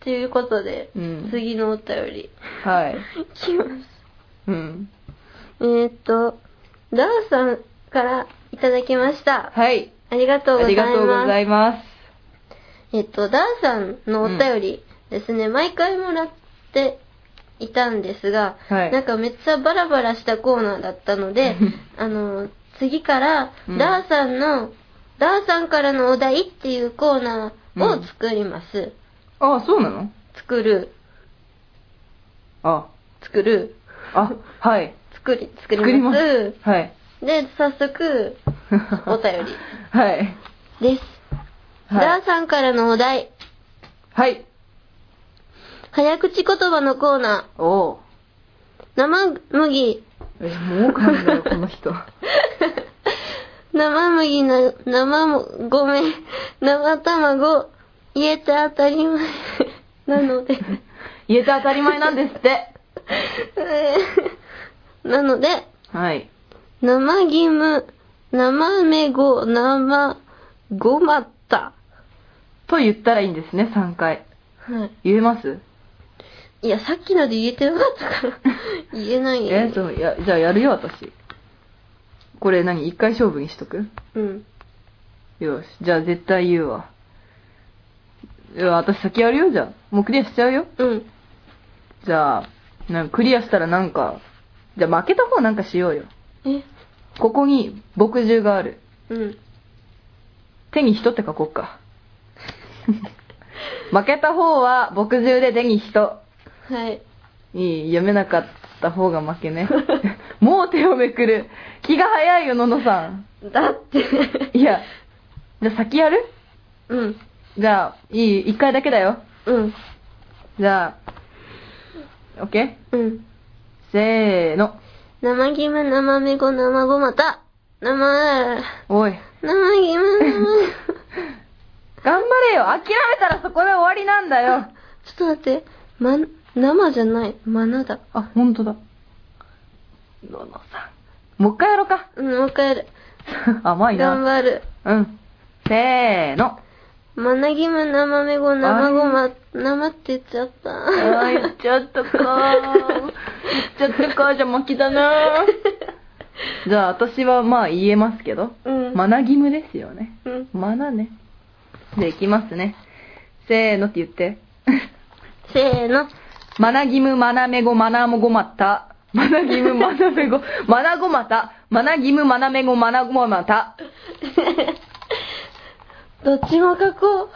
ということで、うん。次のお便り。はい。いきます。うん。 えー、っと、ダーさんからいただきました。はい。ありがとうごあざりいがとうごます。ざいます。えっと、ダーさんのお便りですね、毎回もらっていたんですが、はいなんかめっちゃバラバラしたコーナーだったの で、あの、次から、うんダーさんの、ダーさんからのお題っていうコーナーを作ります。あ、そうなの作る、あ、作る、あ、はい。作り、作り作りまます。す。はい。で、早速、 お便りはい。です。はダいー。さんからのお題、はい。早口言葉のコーナー、おう。生麦、え、もうかんだよ、この人。 生麦な、生も、ごめん、生卵、言えて当たり前 なので、 言えて当たり前なんですって。えーなので、はい。生義務、生めご、生ごまった。と言ったらいいんですね、3回。は言えますい。いや、さっきので言えてなかった から、言えないよえ、そう、や、じゃあやるよ、私。これ何一回勝負にしとくうん。よし。じゃあ絶対言うわ。いや、私先やるよ、じゃあ。もうクリアしちゃうよ。うん。じゃあ、なんかクリアしたらなんか、じゃあ負けた方なんかしようよ。え、ここに墨汁がある。うん。手に人って書こうか。負けた方は墨汁で手に人。はい。いい、読めなかった方が負けね。もう手をめくる。気が早いよ、ののさん。だって、いや、じゃあ先やるうん。じゃあ、いい、一回だけだよ。うん。じゃあ、オッケーうん。せーの。生義務、生めご、生ごまた。生、おい。生義務、生、頑張れよ諦めたらそこで終わりなんだよちょっと待って、ま、生じゃない、マナだ。あ、ほんとだ。ののさん。もう一回やろうか。 うん、もう一回やる。甘い頑な。張る。うん。せーの。マナギム生めご生ごま、生って言っちゃった。あいっちゃったかー。いっちゃったかーじゃ負けだなー。じゃあ、私はまあ言えますけど。 うん。マナ義務ですよね。うん。マナね。じゃあ、いきますね。せーのって言って。せー の。マナギム、マナメゴ、マナモゴマタ。マナギム、マナメゴ、マナゴマタ。マナギム、マナメゴ、マナゴマタ。どっちも書こう。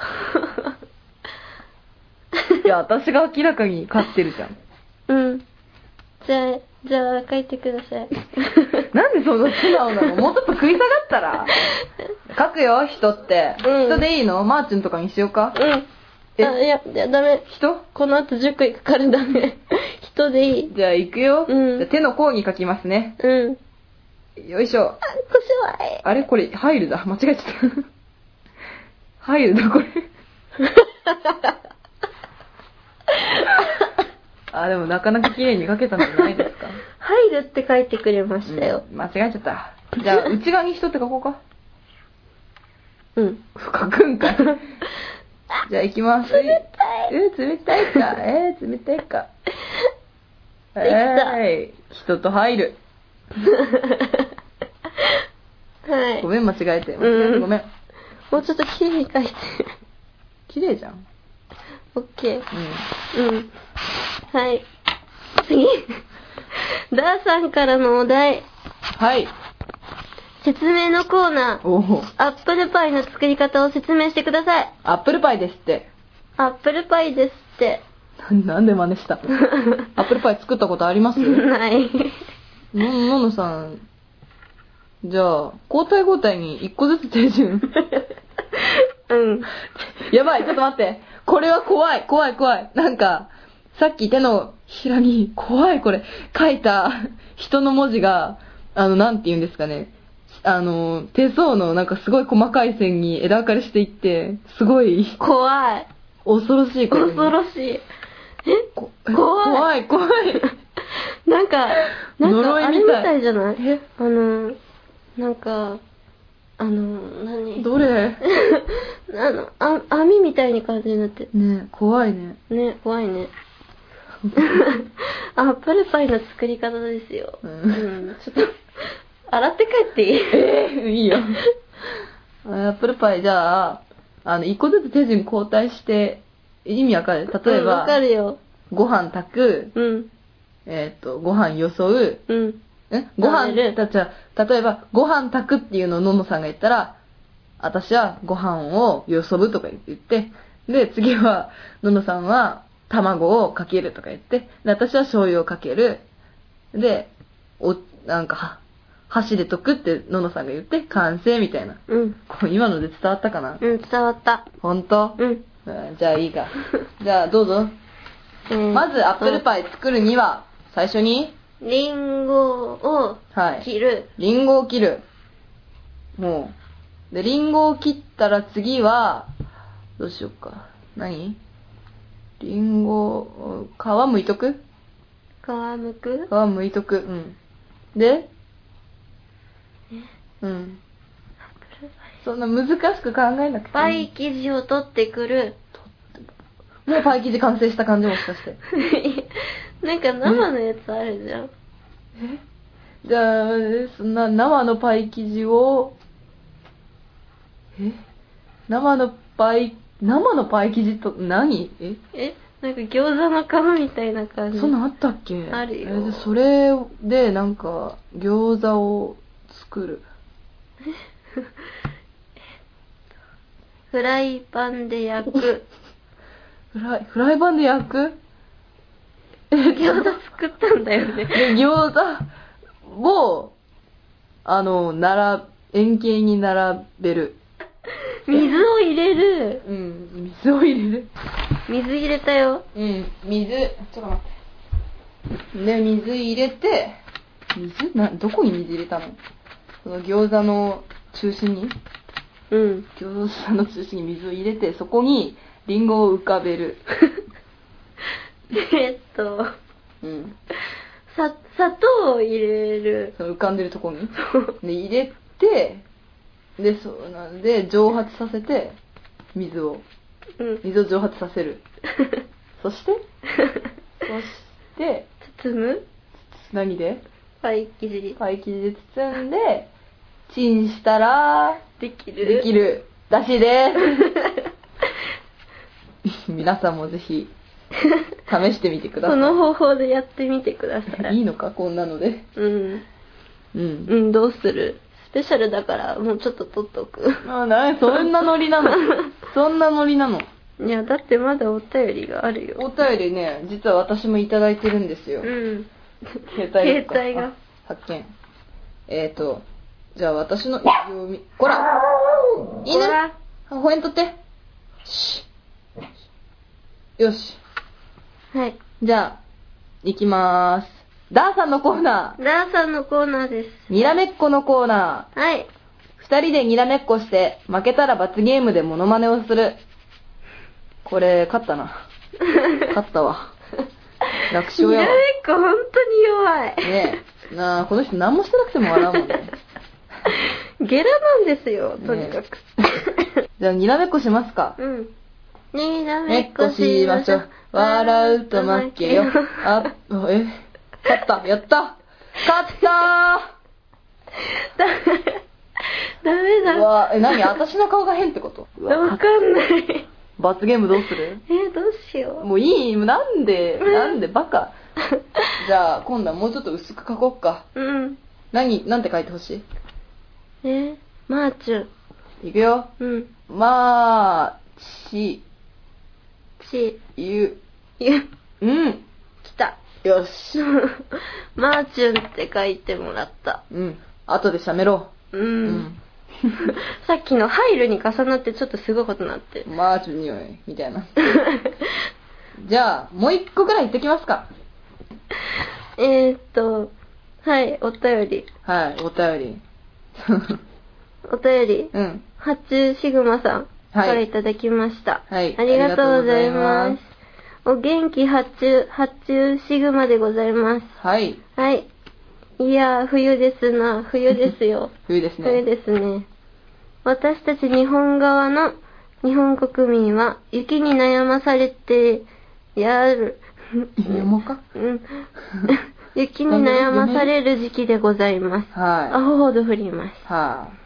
いや、私が明らかに勝ってるじゃん。うん。じゃあ、じゃあ書いてくださ い。なんでそんな素直なのもうちょっと食い下がったら。書くよ、人って。うん人でいいのマーチュンとかにしようか。うん。あ、いや、いや、ダメ。人この後塾行くからダメ。 人でいい。じゃあ行くよ。うんじゃあ手の甲に書きますね。うん。よいしょあ。、腰はい。あれこれ、入るだ。間違えちゃった。入る だ、これ。あ、でもなかなか綺麗に書けたのじゃないですか。入るって書いてくれましたよ。うん間違えちゃった。じゃあ、内側に人って書こうか。うん。書く んかい。じゃあ行きます。冷たいえ冷たいか。えー、冷たいか。できたえーい人と入る。 はいご。めん、間違えて。ん間違えてごめん。もうちょっと綺麗に書い て。綺麗じゃん。オッケー。ううん。はい。次。 ダーさんからのお題。ん。はい。説明のコーナー。おお。アップルパイの作り方を説明してください。アップルパイですって。アップルパイですって。な なんで真似したアップルパイ作ったことあ りますのない。ののさん。じゃあ、交代交代に一個ずつ手順。うん。やばい、ちょっと待って。これは怖い、怖い、怖い。なんか、さっき手のひらに、怖い、これ、書いた人の文字が、あの、なんて言うんですかね。あの、手相のなんかすごい細かい線に枝分かれしていって、すごい怖い。恐ろしいことに恐ろしい。こ怖怖い、怖い。なんか、なんか、あ呪れいみみたいたいじゃないえあの、なんか、あの、何どれ あの、あ、網みたいに感じになってる。ね怖いね。ね、怖いね。 アップルパイの作り方ですよ。うんうん、ちょっと、洗って帰っていいえいいよ。 アップルパイじゃあ、あの、一個ずつ手順交代して、意味わかる例えうんわ、ば、かるよ。ご飯炊く、うん、えっ、と、ご飯よそう、うん。んご食飯べるたちは、例えば、ご飯炊くっていうのをののさんが言ったら、私はご飯をよそぶとか言って、で、次は、ののさんは、卵をかけるとか言って、で、私は醤油をかける。で、お、なんか、は箸で溶くってののさんが言って、完成みたいな。うん、こう今ので伝わったかなうん、伝わった。本当うん。うんじゃあいいか。じゃあどうぞ。えーまずアップルパイ作るには、最初に、リンゴをはい。切る。リンゴを切る。もう。で、リンゴを切ったら次は、どうしようか。何リンゴ、皮むいとく皮むく皮むいとく。うん。でうん。そんな難しく考えなくていい。パイ生地を取ってくる。もうパイ生地完成した感じもし かして。なんか生のやつあるじゃん。じゃあ、そんな生のパイ生地を、え生のパイ、生のパイ生地と何ええなんか餃子の皮みたいな感じ。そんなんあったっけあるよえでそれでなんか餃子を作る。フライパンで焼 く。フライ、フライパンで焼く餃子作ったんだよね。で、餃子を、あの、なら、円形に並べる。水を入れる。うん、水を入れる。水入れたよ。うん、水、ちょっと待って。で、水入れて、水な、どこに水入れたのこの餃子の中心に、うん。餃子の中心に水を入れて、そこにリンゴを浮かべる。 えっと、うん。さ、砂糖を入れ る。その浮かんでるとこに。で、入れて、で、そうなんで、蒸発させて、水を、うん。水を蒸発させる。そして、そして、包む何でパイ生地。パイ生地で包んで、チンしたら、できる。できるらし いです皆さんもぜひ試してみてくださそいの方法でやってみてくださいい。いのかこんなのでうん。ううんん、どうするスペシャルだから、もうちょっと取っと く。あなにそんなノ リなのそんなノリなのいや、だってまだお便りがあるよ。お便りね実は私もいただいてるんですよ、うん。携帯ですか携帯があ発見えっ、ー、とじゃあ私の読みこら犬ほら保園取ってシュッよしはい。じゃあ、いきまーす。ダーさんのコーナダーさんのコーナーです。ー。にらめっこのコーナはい。ー。二人でにらめっこして、負けたら罰ゲームでモノマネをする。これ、勝ったな。勝ったわ。楽 勝にらやめっわ。こ、本当に弱い。ねえ。なあ、この人何もしてなくても笑うもんね。ゲラなんですよ、とにかく。じゃあ、にらめっこしますか。うん。にらめめっっここししままししょょうう。。笑うと負けよ。あ、え、勝った。やった。勝ったダメ ダメーうだ。わえ、何私の顔が変ってことうわわかんない。罰ゲームどうするえ、どうしよう。もういいなんで、なんで、バカ。じゃあ、今度はもうちょっと薄く書こうか。 うん。何、なんて書いてほしえ、マーチュ。いいくよ。うん。まー、ち、ち、ゆ、ゆ、来うん。た。 よし。マーチュンって書いてもらった。うん。後で喋ろうう。ん。。 さっきの入るに重なってちょっとすごいことになってる。 まーちゅにおい、みたいな。じゃあ、もう一個くらい言ってきますか。えーっと、はい、お便り。はい、お便り。 お便り。うん。発注シグマさんはいからいただきました。はいありがとうございありがとうございまますす。お元気発注、発注シグマでございます。はい。はい。いやー、冬ですな。冬ですよ。 冬ですね。冬ですね。私たち日本側の日本国民は雪に悩まされてやる。読もうか。 うん、雪に悩まされる時期でございます。アはホほど降りますい。。はい。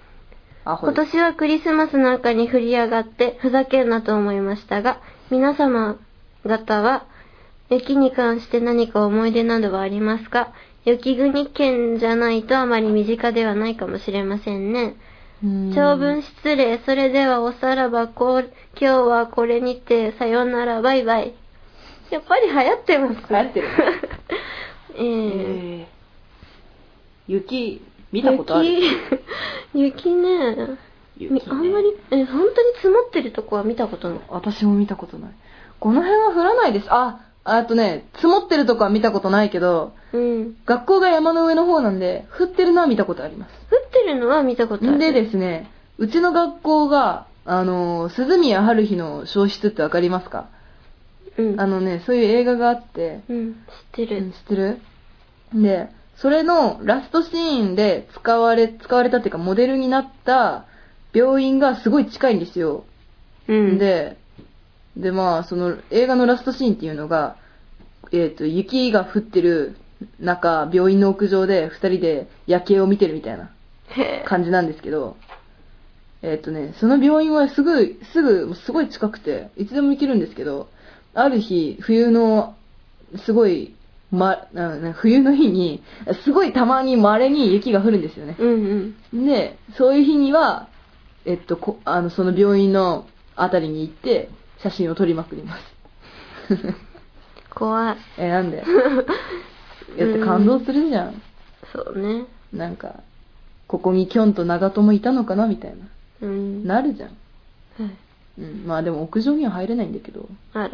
アホ今です。年はクリスマスの赤に降り上がってふざけんなと思いましたが、皆様方は雪に関して何か思い出などはありますか雪国県じゃないとあまり身近ではないかもしれませんね。うん長文失礼。それではおさらばこう、今日はこれにて、さようなら、バイバイ。やっぱり流行ってます。流行ってるえー、えー雪、見たことある雪、雪ね。雪ねあんまり、え、本当に積もってるとこは見たことない。私も見たことない。この辺は降らないです。あ、あとね、積もってるとこは見たことないけど、うん。降学校が山の上の方なんで、降ってるのは見たことあります。ってるのは見たことある。でですね、うちの学校が、あの、鈴宮春日の消失ってわかりますか、うん。あのね、そういう映画があって、うん、知ってうんる知。ってるで、それのラストシーンで使われ、使われたっていうかモデルになった病院がすごい近いんですよ。うん。、で、で、まあ、その映画のラストシーンっていうのが、えっ、と、雪が降ってる中、病院の屋上で二人で夜景を見てるみたいなへ感じなんですけど、えっ、とね、その病院はすぐ、すぐ、すごい近くて、いつでも行けるんですけど、ある日、冬の、すごい、ま、なな冬の日に、すごいたまに稀に雪が降るんですよね。うんうん。で、そういう日には、えっと、こあのその病院のあたりに行って、写真を撮りまくります。 怖い。え、なん でうやっんて感動するじゃん。そうね。なんか、ここにキョンと長友いたのかなみたいな。うん。なるじゃん。はい。うん。まあでも屋上には入れないんだけど。あら。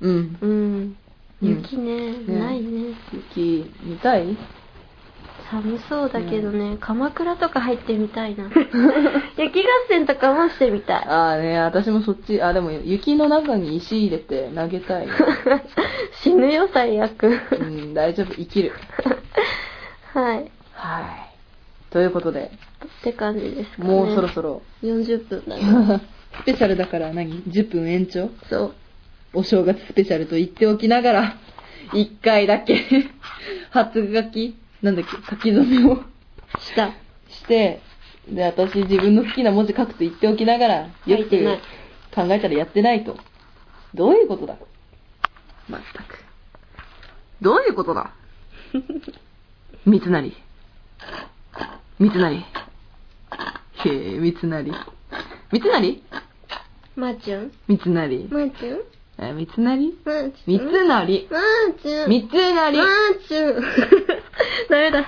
うん。うん。うん雪ね、ねないね。雪、見たい寒そうだけどね、鎌倉とか入ってみたい な。 雪合戦とかもしてみたい。ああね、私もそっち、あ、でも雪の中に石入れて投げ たい。死ぬよ、最悪。うん、大丈夫、生きる。はい。はい。ということで、って感じですかね。もうそろそろ、 40分だ ね。スペシャルだから何 ?10 分延長そう。お正月スペシャルと言っておきながら、1回だけ、 初書きなんだっけ書き初めをした。して、で、私自分の好きな文字書くと言っておきながら、書よいくてない考えたらやってないと。どういうことだまったく。どういうこと だ三成。三成。へえ、三成。三成まーちゃん三成。まーちゃんえ、三成まーちゃん三成。まーちゃん三成ま。ーちゃん ダメだ。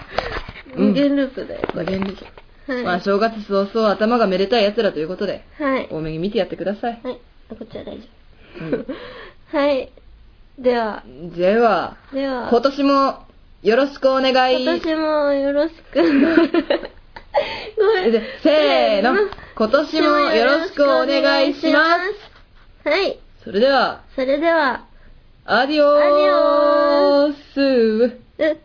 うん無限ループだよ。ご連絡。まはあ、い。正月早々頭がめでたい奴らということで、はい。多めに見てやってください。はい。あこっちは大丈うん 夫。はい。では、では、では。今年もよろしくお願い。今年もよろしく。ごめん。でせーの、今年もよろしくお願いしますはい。す。それでは、それでは、アディオースうっ。